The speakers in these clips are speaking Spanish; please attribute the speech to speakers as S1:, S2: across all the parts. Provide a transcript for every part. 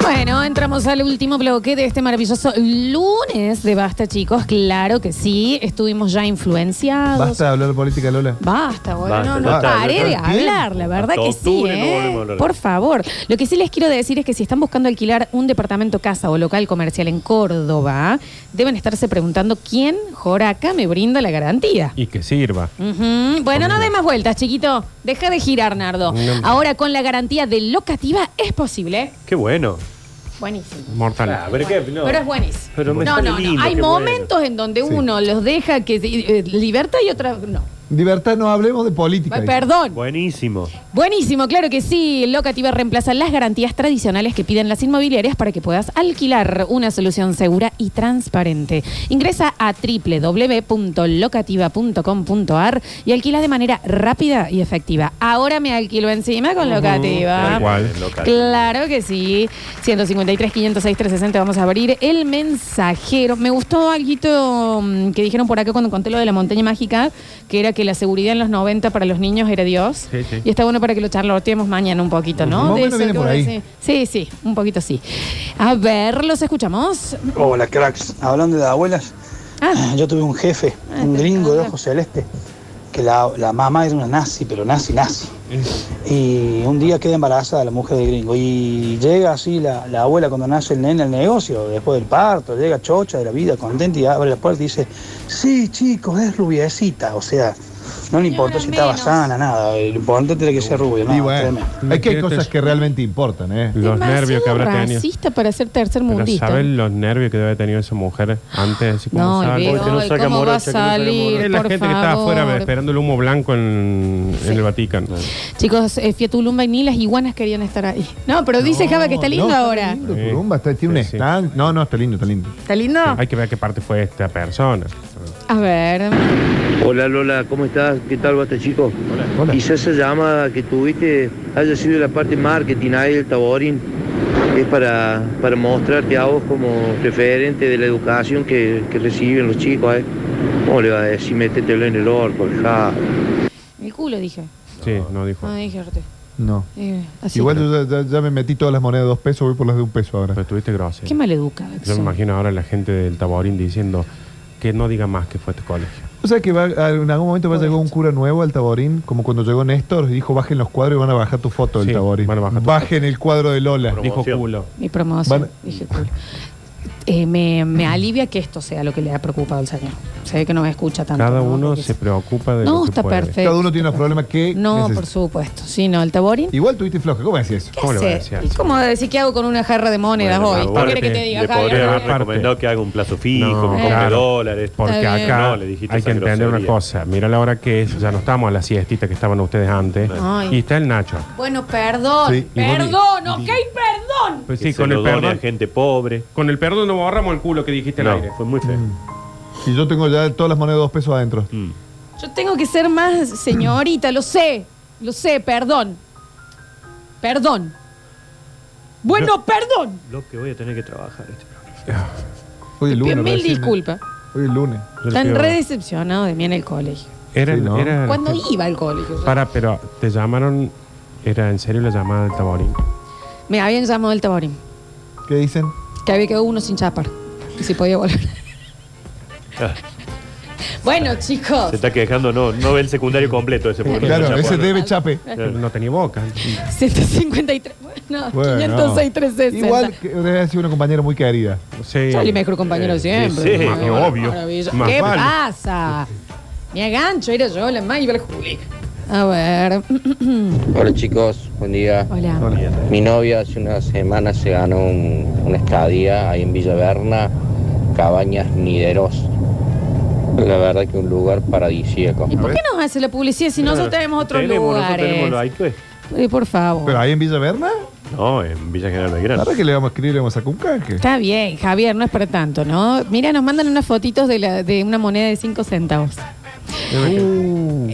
S1: Bueno, entramos al último bloque de este maravilloso lunes de Basta, chicos. Claro que sí, estuvimos ya influenciados.
S2: Basta de hablar de política, Lola.
S1: Basta, bueno,
S3: Basta,
S1: no, no
S3: basta,
S1: paré
S2: basta.
S1: de hablar, la verdad
S3: Hasta
S1: que sí,
S3: octubre no
S1: ¿eh?
S3: volvemos a hablar.
S1: Por favor. Lo que sí les quiero decir es que si están buscando alquilar un departamento, casa o local comercial en Córdoba, deben estarse preguntando quién Joraca me brinda la garantía.
S4: Y que sirva.
S1: Ujú. Bueno, no dé más vueltas, chiquito. Deja de girar, Nardo.
S4: No.
S1: Ahora con la garantía de locativa es posible.
S3: Qué bueno.
S1: Buenísimo.
S4: Mortal.
S3: Ah, pero, qué- no.
S1: Pero es buenísimo.
S3: Pero me
S1: no,
S3: sale
S1: no,
S3: lindo,
S1: no. Hay
S3: qué bueno.
S1: momentos en donde
S4: Sí.
S1: uno los deja que se- eh, liberta y otra no.
S2: Libertad, no hablemos de política.
S1: Ay, Perdón.
S3: Buenísimo.
S1: Buenísimo, claro que sí. Locativa reemplaza las garantías tradicionales que piden las inmobiliarias para que puedas alquilar una solución segura y transparente. Ingresa a www.locativa.com.ar y alquila de manera rápida y efectiva. Ahora me alquilo encima con Locativa.
S4: tal cual.
S1: Ah, Claro que sí. 153, 506, 360. Vamos a abrir el mensajero. Me gustó algo mm, que dijeron por acá cuando conté lo de la montaña mágica, que era que la seguridad en los 90 para los niños era Dios.
S4: Sí, sí.
S1: Y está bueno para que lo charloteemos mañana un poquito, ¿no?
S2: Más o
S1: De
S2: menos
S1: eso
S2: viene
S1: que
S2: por
S1: vos
S2: ahí.
S1: decís. Sí, sí, un poquito sí. A ver, ¿los escuchamos?
S5: Hola cracks, hablando de abuelas,
S1: Ah,
S5: yo tuve un jefe, un gringo de ojos celeste, que la, la mamá era una nazi, pero nazi, nazi.
S1: Mm.
S5: Y un día queda embarazada la mujer del gringo y llega así la, la abuela cuando nace el nene al negocio, después del parto, llega chocha de la vida, contenta y abre la puerta y dice, sí chicos, es rubiecita, o sea, no le importó si estaba
S1: menos.
S5: sana, nada, lo importante era que sea rubia,
S2: Y
S5: no,
S2: bueno,
S5: tremendo.
S2: es que hay
S4: Imagínate.
S2: cosas que realmente importan, ¿eh?
S4: Los
S1: demasiado
S4: nervios que habrá tenido.
S1: racista para ser tercer
S4: Pero
S1: mundista.
S4: ¿saben los nervios que debe haber tenido esa mujer antes? Así como
S1: No, el
S4: sale?
S1: video,
S3: Porque no
S1: ay,
S3: saca
S1: ¿cómo va a
S3: morocha, que no saca
S1: salir?
S3: morocha.
S4: Es la
S1: Por
S4: gente que está
S1: favor.
S4: afuera esperando el humo blanco en, en el Vaticano.
S1: Chicos, eh, Fiatulumba y ni las iguanas querían estar ahí. No, pero dice Java que está lindo
S2: No,
S1: ahora.
S2: Lindo,
S4: Sí.
S2: Curumba, está- tiene un
S4: Sí, sí.
S2: stand. No, no, está lindo, está lindo.
S1: ¿Está lindo?
S4: Hay que ver qué parte fue esta persona.
S1: A ver.
S6: Hola Lola, ¿cómo estás? ¿Qué tal basta chico?
S2: Hola.
S6: Quizás esa llamada que tuviste haya sido la parte marketing ahí del Taborín. Es para, para mostrarte a vos como referente de la educación que, que reciben los chicos. ¿eh? ¿Cómo le va a decir métetelo en el orco? Ja?
S1: El culo dije.
S4: Sí, no dijo.
S1: No dije arte.
S2: No.
S1: Eh, así.
S2: Igual yo ya, ya- ya me metí todas las monedas de dos pesos, voy por las de un peso ahora.
S4: Pero estuviste grosero.
S1: Qué maleducado. que
S4: Yo me
S1: son.
S4: imagino ahora la gente del Taborín diciendo que no diga más que fue este colegio.
S2: O sea que va- en algún momento va a llegar un cura nuevo al Taborín, como cuando llegó Néstor y dijo bajen los cuadros y van a bajar tu foto del
S4: Sí,
S2: Taborín.
S4: van a bajar tu
S2: bajen el cuadro de Lola.
S3: Promoción.
S4: Dijo culo.
S1: Mi promoción.
S2: Van-
S1: Dije culo. Eh, me, me alivia que esto sea lo que le ha preocupado al señor. Se ve que no me escucha tanto.
S4: Cada
S1: ¿no?
S4: uno
S1: Porque
S4: se
S1: sí.
S4: preocupa de
S1: No,
S4: lo que
S1: está
S4: puede.
S1: perfecto.
S2: Cada uno tiene unos problemas que.
S1: No,
S2: neces-
S1: por supuesto. Sí, no, el taborín.
S2: Igual tuviste floja, ¿cómo decías eso?
S1: ¿Qué
S4: ¿Cómo le va a
S1: hace?
S4: decir al
S1: ¿Y
S4: señor?
S1: cómo decir qué hago con una jarra de monedas
S3: Bueno,
S1: hoy? ¿Qué
S3: aparte,
S1: quiere que te
S4: le
S1: diga,
S3: Le
S1: Javier?
S3: podría haber
S4: aparte.
S3: recomendado que haga un plazo fijo,
S4: No,
S3: que compre
S4: claro.
S3: dólares.
S4: Porque
S1: Está bien.
S4: acá
S3: No, le dijiste
S4: hay
S3: esa
S4: que entender una
S3: grosería.
S4: cosa. Mira la hora que es. Ya no estamos a la siestita que estaban ustedes antes.
S1: Ay.
S4: Y está el Nacho.
S1: Bueno, perdón.
S2: Sí,
S4: y vos
S1: Perdón,
S4: di-
S1: ok,
S4: di-
S1: perdón.
S4: Pues
S3: Que
S4: sí,
S3: se
S4: con
S3: lo
S4: el
S3: done
S4: perdón.
S3: a gente pobre.
S4: Con el perdón no borramos el culo que dijiste al
S3: No,
S4: aire.
S3: fue muy feo.
S2: Y yo tengo ya todas las monedas de dos pesos adentro.
S3: Mm.
S1: Yo tengo que ser más señorita, lo sé. Lo sé, perdón. Perdón. Bueno, perdón.
S3: Lo que voy a tener que trabajar este programa.
S2: Hoy es lunes.
S1: Mil
S2: recién, ¿eh?
S1: disculpas.
S2: Hoy es lunes.
S4: Yo le
S1: Están
S4: pido-
S1: re decepcionados de mí en el colegio.
S4: Era,
S2: Sí, Ah, ¿no?
S4: era-
S1: Cuando iba al colegio. yo.
S4: Para, pero te llamaron. Era en serio la llamada del Taborín.
S1: Me habían llamado del taborín.
S2: ¿Qué dicen?
S1: Que había quedado uno sin chapar. Y si podía volver.
S3: Ah,
S1: bueno, chicos.
S3: Se está quejando, no, no ve el secundario completo ese porque no se
S2: Claro,
S3: llama.
S2: ese debe chape.
S4: No tenía boca.
S1: 153. Bueno,
S2: Bueno,
S1: 506, 360.
S2: Igual que debe sido una compañera muy querida.
S4: Sí.
S1: Soy el mejor compañero
S3: Eh,
S1: siempre.
S3: sí, sí,
S1: Una
S3: más que
S4: obvio.
S1: maravilla.
S4: Más
S1: ¿Qué
S4: vale.
S1: pasa? Me agancho, era yo, la más iba la Juli. A ver.
S7: Hola chicos, buen día.
S1: Hola.
S7: Mi novia hace una semana se ganó un- una estadía ahí en Villa Berna, Cabañas Nideros. La verdad que un lugar paradisíaco.
S1: ¿Y por qué no hace la publicidad si nosotros tenemos otros
S3: Tenemos, nosotros
S1: lugares?
S3: tenemos los Aitue.
S1: Eh, por favor.
S2: Pero ahí en Villa Berna,
S3: No, en Villa General Belgrano.
S2: ahora que le vamos a escribir, le vamos a sacar un canje.
S1: Está bien, Javier, no es para tanto, ¿no? Mira, nos mandan unas fotitos de, la- de una moneda de 5 centavos.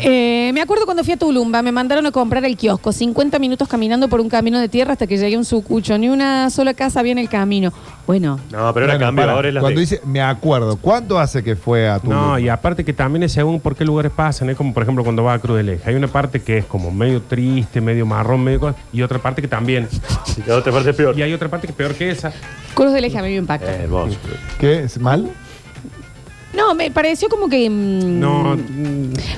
S1: Eh, me acuerdo cuando fui a Tulumba, me mandaron a comprar el kiosco, 50 minutos caminando por un camino de tierra hasta que llegué a un sucucho, ni una sola casa había en el camino. Bueno,
S3: No, pero ahora
S2: Bueno,
S3: cambio,
S2: para,
S3: ahora es la
S2: Cuando dice, me acuerdo, ¿cuánto hace que fue a tu
S4: No, y aparte que también es según por qué lugares pasan. Es como, por ejemplo, cuando vas a Cruz del Eje. Hay una parte que es como medio triste, medio marrón, medio cosa, y otra parte que también.
S3: La otra parte es peor.
S4: Y hay otra parte que es peor que esa.
S1: Cruz del Eje a mí me impacta.
S3: Eh, hermoso.
S2: ¿Qué? ¿Es mal?
S1: No, me pareció como que... mm,
S4: No,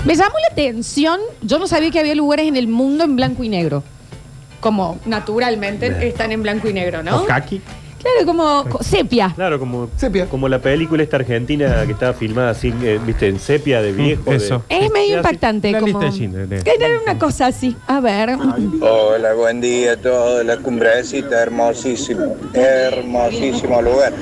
S1: Me llamó la atención, yo no sabía que había lugares en el mundo en blanco y negro. Como naturalmente están en blanco y negro, ¿no?
S4: ¿no? Kaki.
S1: Claro, como co- sepia.
S3: Claro, como,
S2: Sepia.
S3: como la película esta argentina que estaba filmada así, eh, viste, en sepia
S2: Mm,
S3: de viejo. de-
S4: eso.
S1: Es medio
S3: Sí,
S1: impactante.
S4: La
S1: como...
S4: lista de Schindler, de-
S1: Que era una cosa así. A ver.
S8: Hola, buen día a todos. La cumbrecita, hermosísimo, hermosísimo lugar.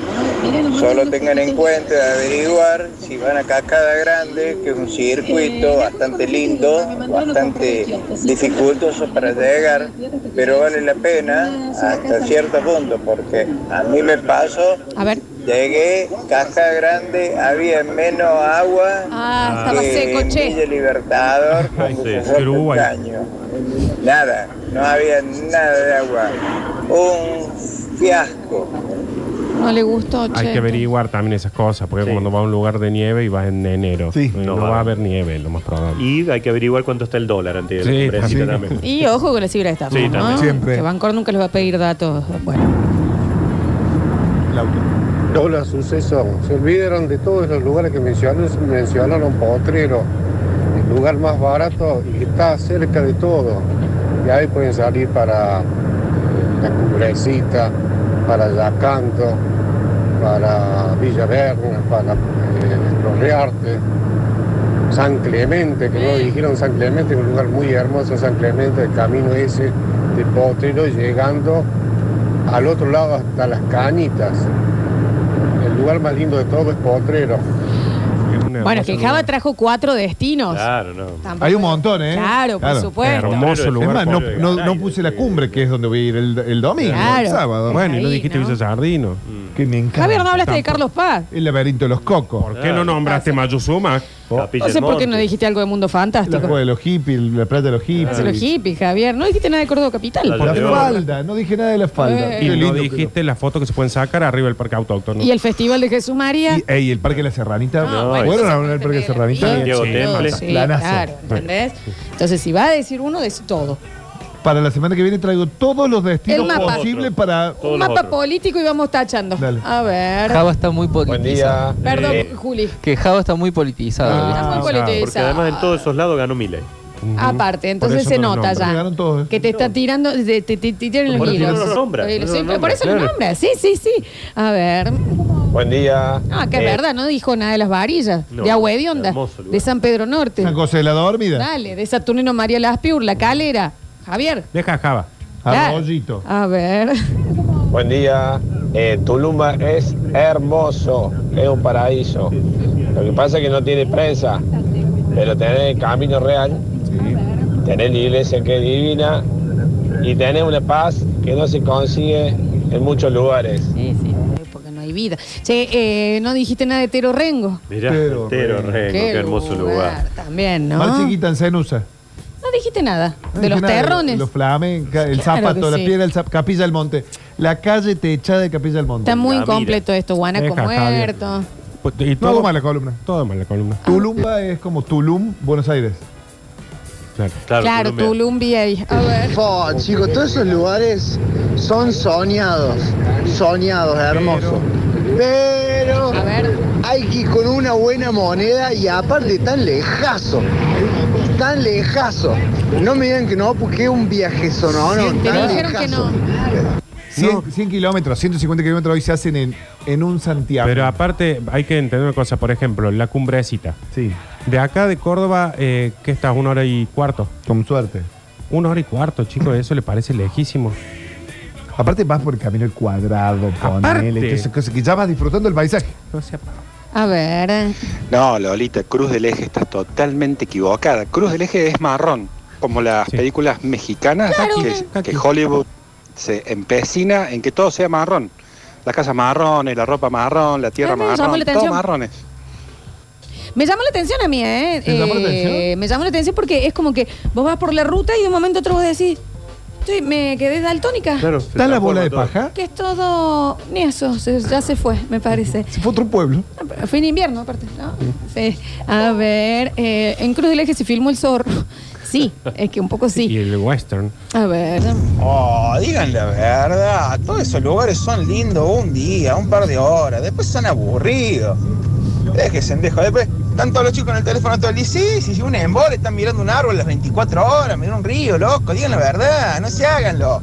S8: Solo tengan en cuenta de averiguar si van a Cascada Grande, que es un circuito bastante lindo, bastante dificultoso para llegar, pero vale la pena hasta cierto punto, porque a mí me pasó,
S1: A ver.
S8: llegué, Cascada Grande, había menos agua
S1: Ah, estaba
S8: que
S1: seco,
S8: en
S1: che.
S8: Villa Libertador,
S3: Ay,
S8: cuando
S3: sí,
S8: se rompe el
S4: Uruguay.
S8: caño. Nada, no había nada de agua. Un fiasco.
S1: No le gustó, che.
S4: Hay que averiguar también esas cosas, porque
S3: Sí.
S4: cuando vas a un lugar de nieve y vas en enero,
S2: Sí.
S4: eh, no,
S3: No
S4: va
S3: va.
S4: a haber nieve, lo más probable.
S3: Y hay que averiguar cuánto está el dólar antes de
S4: Sí,
S3: la cumbrecita
S2: también.
S3: también.
S1: Y ojo con la cifra esta.
S3: Sí, también.
S2: Siempre.
S1: Que Bancor nunca les va a pedir datos. Bueno.
S2: Laura.
S9: Hola, suceso. Se olvidaron de todos los lugares que mencionaron, mencionaron Potrero, el lugar más barato y que está cerca de todo. Y ahí pueden salir para eh, la Cumbrecita, para Yacanto, para Villa Verna, para eh, Los Reartes, San Clemente, que no dijeron San Clemente, que es un lugar muy hermoso, San Clemente, el camino ese de Potrero llegando al otro lado hasta las cañitas. El lugar más lindo de todo es Potrero.
S4: Es una
S1: Bueno, es que
S4: hermosa
S1: el Java
S4: lugar.
S1: trajo cuatro destinos.
S3: Claro, no.
S1: Tampoco-
S2: Hay un montón, ¿eh?
S1: Claro, por supuesto.
S4: Hermoso
S3: Es
S2: Es
S4: lugar.
S2: más, no,
S4: por-
S2: no- no puse
S3: eh.
S2: la cumbre, que es donde voy a ir el, el domingo,
S1: Claro.
S2: el sábado.
S4: bueno, y no
S1: Ahí,
S4: dijiste
S1: ¿no?
S4: Villa Sardino.
S2: que me encanta.
S1: Javier, no hablaste de Carlos Paz.
S2: El laberinto de los cocos.
S4: ¿Por qué no nombraste Mayuzuma?
S3: Capilla
S1: No sé
S3: del
S1: por qué no
S3: Monte.
S1: dijiste algo de Mundo
S2: La
S1: Fantástico.
S2: joda de los hippies, la plata de los hippies.
S1: Hace los hippies, Javier. No dijiste nada de Córdoba Capital.
S3: La
S2: La
S3: Llevó.
S2: falda, no dije nada de la falda.
S1: Eh.
S4: Y
S2: Qué
S4: no
S2: lindo que
S4: dijiste las fotos que se pueden sacar arriba del parque autóctono.
S1: Y el Festival de Jesús María. Ah,
S2: Y, ey, el Parque de la Serranita.
S1: No,
S3: bueno,
S2: ¿Fueron
S1: eso
S2: a hablar del
S1: se
S2: Parque de la
S1: entiende,
S2: Serranita?
S1: la
S3: Diego
S1: vida,
S3: Temple.
S1: Sí,
S2: Planazo.
S1: claro, ¿entendés? Entonces, si va a decir uno, es todo.
S2: Para la semana que viene traigo todos los
S1: El
S2: destinos
S1: mapa.
S2: posibles para.
S3: Todos
S1: Un
S3: los
S1: mapa
S3: otros.
S1: político y vamos tachando.
S2: Dale.
S1: A ver.
S10: Java está muy
S9: Buen
S10: politizado.
S9: día.
S1: Perdón,
S3: Eh.
S1: Juli.
S10: Que Java está muy politizado.
S4: Ah.
S10: ¿viste?
S1: Está muy
S4: o sea,
S1: politizado.
S3: Porque además en todos esos lados ganó Milei.
S4: Ujú.
S1: Aparte,
S4: Por
S1: entonces
S4: eso
S1: se
S4: no lo
S1: nota
S4: nombro.
S1: ya.
S2: Llegaron todos. ¿eh?
S1: Que te está tirando, te, te, te- te tiran
S3: Por
S1: los
S3: eso
S1: hilos.
S3: no lo nombra,
S1: Sí,
S3: no lo
S1: sí,
S3: nombra,
S1: por eso lo
S3: claro.
S1: nombra, sí, sí, sí. A ver.
S9: Buen día.
S1: Ah, que es verdad, no dijo nada de las varillas.
S3: Eh, No,
S1: de Agua de Onda.
S3: hermoso lugar.
S1: De San Pedro Norte.
S2: San José de la Dormida.
S1: Dale, de Saturnino María Laspiur, La Calera. Javier.
S4: Deja a Java.
S1: Claro.
S2: Arroyito.
S1: A ver. Eh,
S9: Buen día. Eh, Tulumba es hermoso, es un paraíso. Lo que pasa es que no tiene prensa, pero tenés el camino real, tenés la iglesia que es divina y tenés una paz que no se consigue en muchos lugares.
S1: Sí, sí, porque no hay vida. Che, eh, no dijiste nada de Tero Rengo.
S3: Mirá,
S2: Pero,
S3: Tero, Rengo,
S2: Rengo,
S3: Eh, qué, hermoso lugar.
S1: También, ¿no?
S2: Mar
S1: No
S2: chiquita en Cenusa.
S1: dijiste nada.
S2: No
S1: de
S2: dije
S1: los
S2: nada,
S1: terrones.
S2: Los flamencos, el
S1: Claro
S2: zapato,
S1: que
S2: la
S1: sí.
S2: piedra, el zap- Capilla del Monte. La calle techada de Capilla del Monte.
S1: Está muy
S3: La Ah, mira.
S1: incompleto esto. Guanaco
S4: Deja a Javier.
S1: muerto.
S4: Pues, Y
S2: No hago
S4: todo,
S2: mal la columna.
S4: todo mal la columna.
S2: Tulumba es como Tulum, Buenos Aires.
S4: Claro.
S3: Claro,
S1: Claro,
S3: Colombia.
S1: Tulum VA. A ver.
S8: chicos, todos esos lugares son soñados, soñados, hermosos. Pero
S1: A ver.
S8: hay que ir con una buena moneda y aparte tan lejazo, tan lejazo. No me digan que no, porque es un viaje sonoro.
S1: Te dijeron que no.
S2: 100, 100 kilómetros, 150 kilómetros hoy se hacen en, en un Santiago.
S4: Pero aparte, hay que entender una cosa. Por ejemplo, la cumbrecita.
S2: sí,
S4: De acá de Córdoba, eh, ¿qué estás? Una hora y cuarto.
S2: con suerte.
S4: Una hora y cuarto, chicos. Eso le parece lejísimo.
S2: Aparte vas por el camino del cuadrado,
S4: Aparte.
S2: ponele, que esas cosas que ya vas disfrutando el paisaje.
S4: No sea pa-
S1: A ver.
S11: No, Lolita, Cruz del Eje estás totalmente equivocada. Cruz del Eje es marrón, como las
S4: Sí.
S11: películas mexicanas
S1: Claro.
S11: que, que Hollywood se empecina en que todo sea marrón. Las casas marrones, la ropa marrón, la tierra
S1: Claro, me llamó
S11: marrón,
S1: la
S11: todo
S1: atención.
S11: marrones.
S1: Me llamó la atención a mí, ¿eh?
S2: ¿Te llamó la
S1: Eh,
S2: atención?
S1: Me llamó la atención porque es como que vos vas por la ruta y de un momento a otro vos decís, "Estoy- me quedé daltónica.
S3: Claro, se
S2: ¿Está la
S3: transforma
S2: bola de
S3: todo.
S2: paja?
S1: Que es todo. Ni eso, se- ya se fue, me parece.
S2: Se fue a otro pueblo.
S1: Fue en invierno, aparte, ¿no? Sí. A ver, eh, en Cruz del Eje se filmó el zorro. Sí, es que un poco
S4: Y
S1: sí.
S4: el western.
S1: A ver.
S12: Oh, digan la verdad, todos esos lugares son lindos un día, un par de horas, después son aburridos. Déjense, dejo, después están todos los chicos en el teléfono todo el día, sí, sí, sí, un embole, están mirando un árbol las 24 horas, miran un río, loco, digan la verdad, no se háganlo.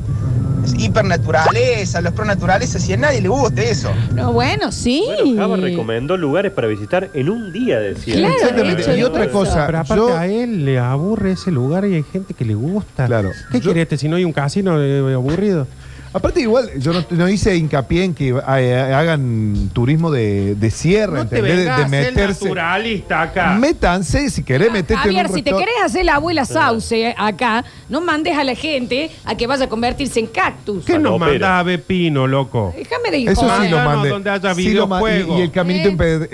S12: Es hipernaturaleza, los pronaturaleza, si a nadie le gusta eso.
S1: No, bueno, sí.
S3: Java recomendó lugares para visitar en un día, decía.
S1: Claro,
S2: Exactamente.
S1: hecho,
S2: Y
S1: lo
S2: otra
S1: hizo.
S2: cosa,
S4: Pero aparte
S2: yo-
S4: a él le aburre ese lugar y hay gente que le gusta.
S2: Claro.
S4: ¿Qué
S2: Yo-
S4: quiere este? Si no hay un casino eh, aburrido.
S2: Aparte, igual, yo no, no hice hincapié en que eh, hagan turismo de, de sierra, ¿entendés? De, de meterse.
S4: naturalista acá.
S2: Métanse, si querés, metete
S1: Ah, Javier,
S2: en un
S1: si te
S2: restaur-
S1: querés hacer la abuela sauce acá, no mandes a la gente a que vaya a convertirse en cactus.
S4: ¿Qué nos
S3: Falopero.
S4: manda a Bepino, loco?
S1: Déjame de
S2: Eso sí
S1: joder.
S2: lo
S4: Mandanos
S2: mandé.
S4: donde haya
S2: Sí lo ma- y,
S4: videojuegos.
S2: y el caminito
S1: Eh.
S2: empe-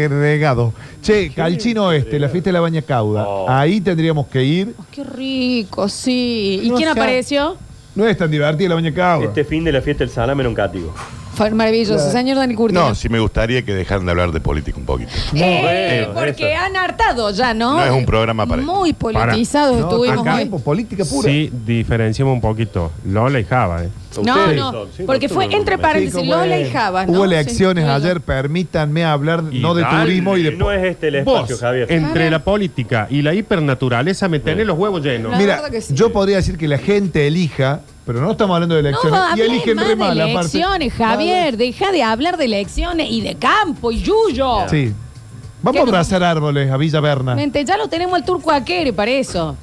S2: empedregado. Che, Calchino Oeste, la fiesta de la Baña Cauda.
S3: Oh.
S2: Ahí tendríamos que ir.
S1: Qué rico, sí. ¿Y
S4: No
S1: quién
S4: sea-
S1: apareció?
S2: No es tan divertida la Baña Cauda.
S3: Este fin de la fiesta del salame era un castigo.
S1: Fue maravilloso, señor Dani Eh, Curtino.
S13: No, sí me gustaría que dejaran de hablar de política un poquito.
S1: Eh,
S3: bueno,
S1: porque
S3: eso.
S1: han hartado ya, ¿no?
S13: No es un programa para-
S1: Muy politizados
S2: No,
S1: estuvimos
S2: acá-
S1: hoy.
S2: política pura.
S4: Sí, diferenciamos un poquito. Lola y Java, ¿eh?
S1: No,
S3: Ustedes
S1: no,
S3: son, sí,
S1: porque
S3: nosotros
S1: fue
S3: no-
S1: entre
S3: Sí,
S1: paréntesis,
S2: como
S1: Lola
S2: es.
S1: y Java. ¿no?
S2: Hubo
S1: Sí,
S2: elecciones
S1: sí, sí.
S2: ayer, permítanme hablar
S4: Y
S2: no de
S4: dale,
S2: turismo y de...
S3: No es este el
S4: Vos,
S3: espacio, Javier.
S4: entre la política y la hipernaturaleza, me tenés los huevos llenos.
S1: La
S2: Mira,
S1: verdad que sí.
S2: yo podría decir que la gente elija, pero no estamos hablando de
S1: No,
S2: elecciones.
S1: va,
S2: y eligen
S1: más
S2: re mal,
S1: de
S2: aparte.
S1: elecciones, Javier. Deja de hablar de elecciones y de campo y yuyo.
S2: Sí.
S1: ¿Qué
S2: Vamos a
S1: no-
S2: abrazar árboles a Villa Berna.
S1: Mente, ya lo tenemos al turco aquere para eso.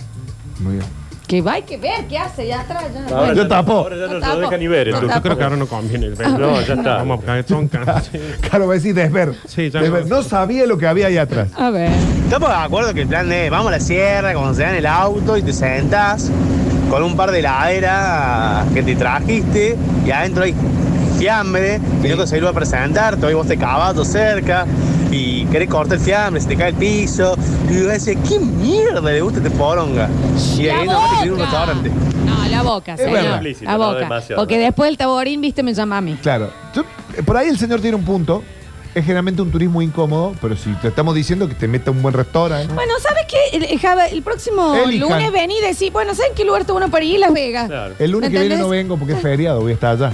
S2: Muy bien.
S1: Que va, hay que ver qué hace ya atrás. Ya.
S3: Ahora
S2: Yo
S3: ya-
S2: tapo.
S3: Ahora ya no
S1: Yo tapo.
S3: lo dejan ni ver.
S1: No,
S3: entonces.
S4: Yo creo que ahora no conviene.
S3: No, ya está.
S4: Vamos a caer tronca. Sí.
S2: Claro, voy a decir desver.
S4: Sí, ya
S2: Desver.
S4: no-
S2: No sabía lo que había ahí atrás.
S1: A ver.
S12: Estamos de acuerdo que el plan de vamos a la sierra, cuando se da en el auto y te sentás con un par de laderas que te trajiste y adentro hay fiambre y no conseguís lugar para sentarte, hoy vos te cavas todo cerca y querés cortar el fiambre, se te cae el piso y vos decís, ¿qué mierda le gusta este poronga? Y
S1: La
S12: ahí nomás te querés un
S1: boca.
S12: restaurante.
S1: No, la boca,
S2: Es
S1: señor.
S2: verdad.
S1: La
S3: Explícito, no,
S1: boca.
S3: demasiado.
S1: Porque después el taborín, viste, me llama a mí.
S2: Claro. Yo- eh, por ahí el señor tiene un punto. Es generalmente un turismo incómodo, pero si te estamos diciendo que te meta un buen restaurante.
S1: Bueno, ¿sabes qué? El, el Java, el próximo
S2: Elijan.
S1: lunes vení y decís, bueno, ¿saben qué lugar está bueno para ir? Las Vegas.
S3: Claro.
S2: El lunes que
S1: ¿Entendés?
S2: viene no vengo porque es feriado, voy a estar allá.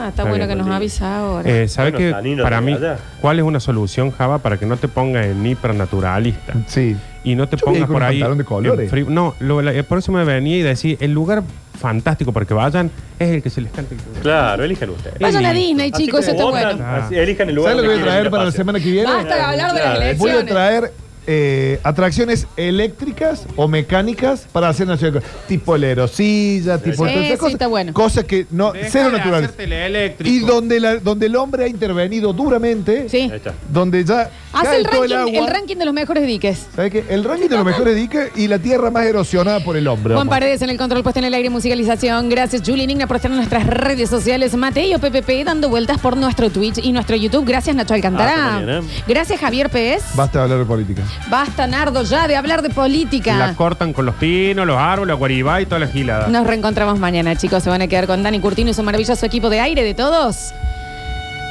S1: Ah, está bueno
S4: bien,
S1: que nos
S3: Martín.
S1: avisa ahora.
S4: Eh, ¿Sabes
S3: Bueno,
S4: qué?
S3: Danilo,
S4: Para
S3: de
S4: mí,
S3: allá.
S4: ¿cuál es una solución, Java, para que no te pongas en hipernaturalista?
S2: Sí.
S4: Y no te
S2: Yo voy a ir
S4: pongas
S2: con
S4: por
S2: un
S4: ahí.
S2: pantalón de colores.
S4: en frío. No, lo, la- el próximo me venía y decía, el lugar fantástico para que vayan es el que se les cante el
S3: Claro, elijan ustedes.
S1: Vayan a
S4: lindo.
S1: Disney,
S3: Así
S1: chicos, eso
S3: como
S1: está
S3: votan,
S1: bueno.
S3: así elijan el lugar.
S2: ¿Sabes lo que voy a
S3: donde
S2: traer para la
S3: quieren
S2: semana que viene?
S1: Basta de hablar de las
S3: Claro, voy a
S2: Voy a
S1: elecciones.
S2: traer eh, atracciones eléctricas o mecánicas para hacer una ciudad. Tipo el aerosilla, tipo
S1: Sí,
S2: todas esas
S1: sí, está bueno.
S2: Cosas que no, cero naturales. Y
S4: eléctrico.
S2: donde, la- donde el hombre ha intervenido duramente,
S1: Sí.
S3: Ahí está.
S2: donde ya
S1: Hace
S2: cae
S1: el
S2: todo el
S1: ranking,
S2: agua.
S1: el ranking de los mejores diques.
S2: ¿Sabes qué? El ranking de los mejores diques y la tierra más erosionada por el hombre.
S1: Juan
S2: vamos.
S1: Paredes en el control puesto en el aire y musicalización. Gracias, Juli Nigna, por estar en nuestras redes sociales. Mateo PPP dando vueltas por nuestro Twitch y nuestro YouTube. Gracias, Nacho
S3: Hasta
S1: Alcantara.
S3: mañana.
S1: Gracias, Javier Pérez.
S2: Basta de hablar de política.
S1: Basta, Nardo, ya de hablar de
S4: La
S1: política.
S4: cortan con los pinos, los árboles, la guaribá y toda la gilada.
S1: Nos reencontramos mañana, chicos. Se van a quedar con Dani Curtino y su maravilloso equipo de aire de todos.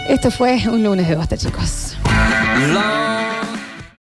S1: Esto fue un lunes de basta, chicos.
S14: La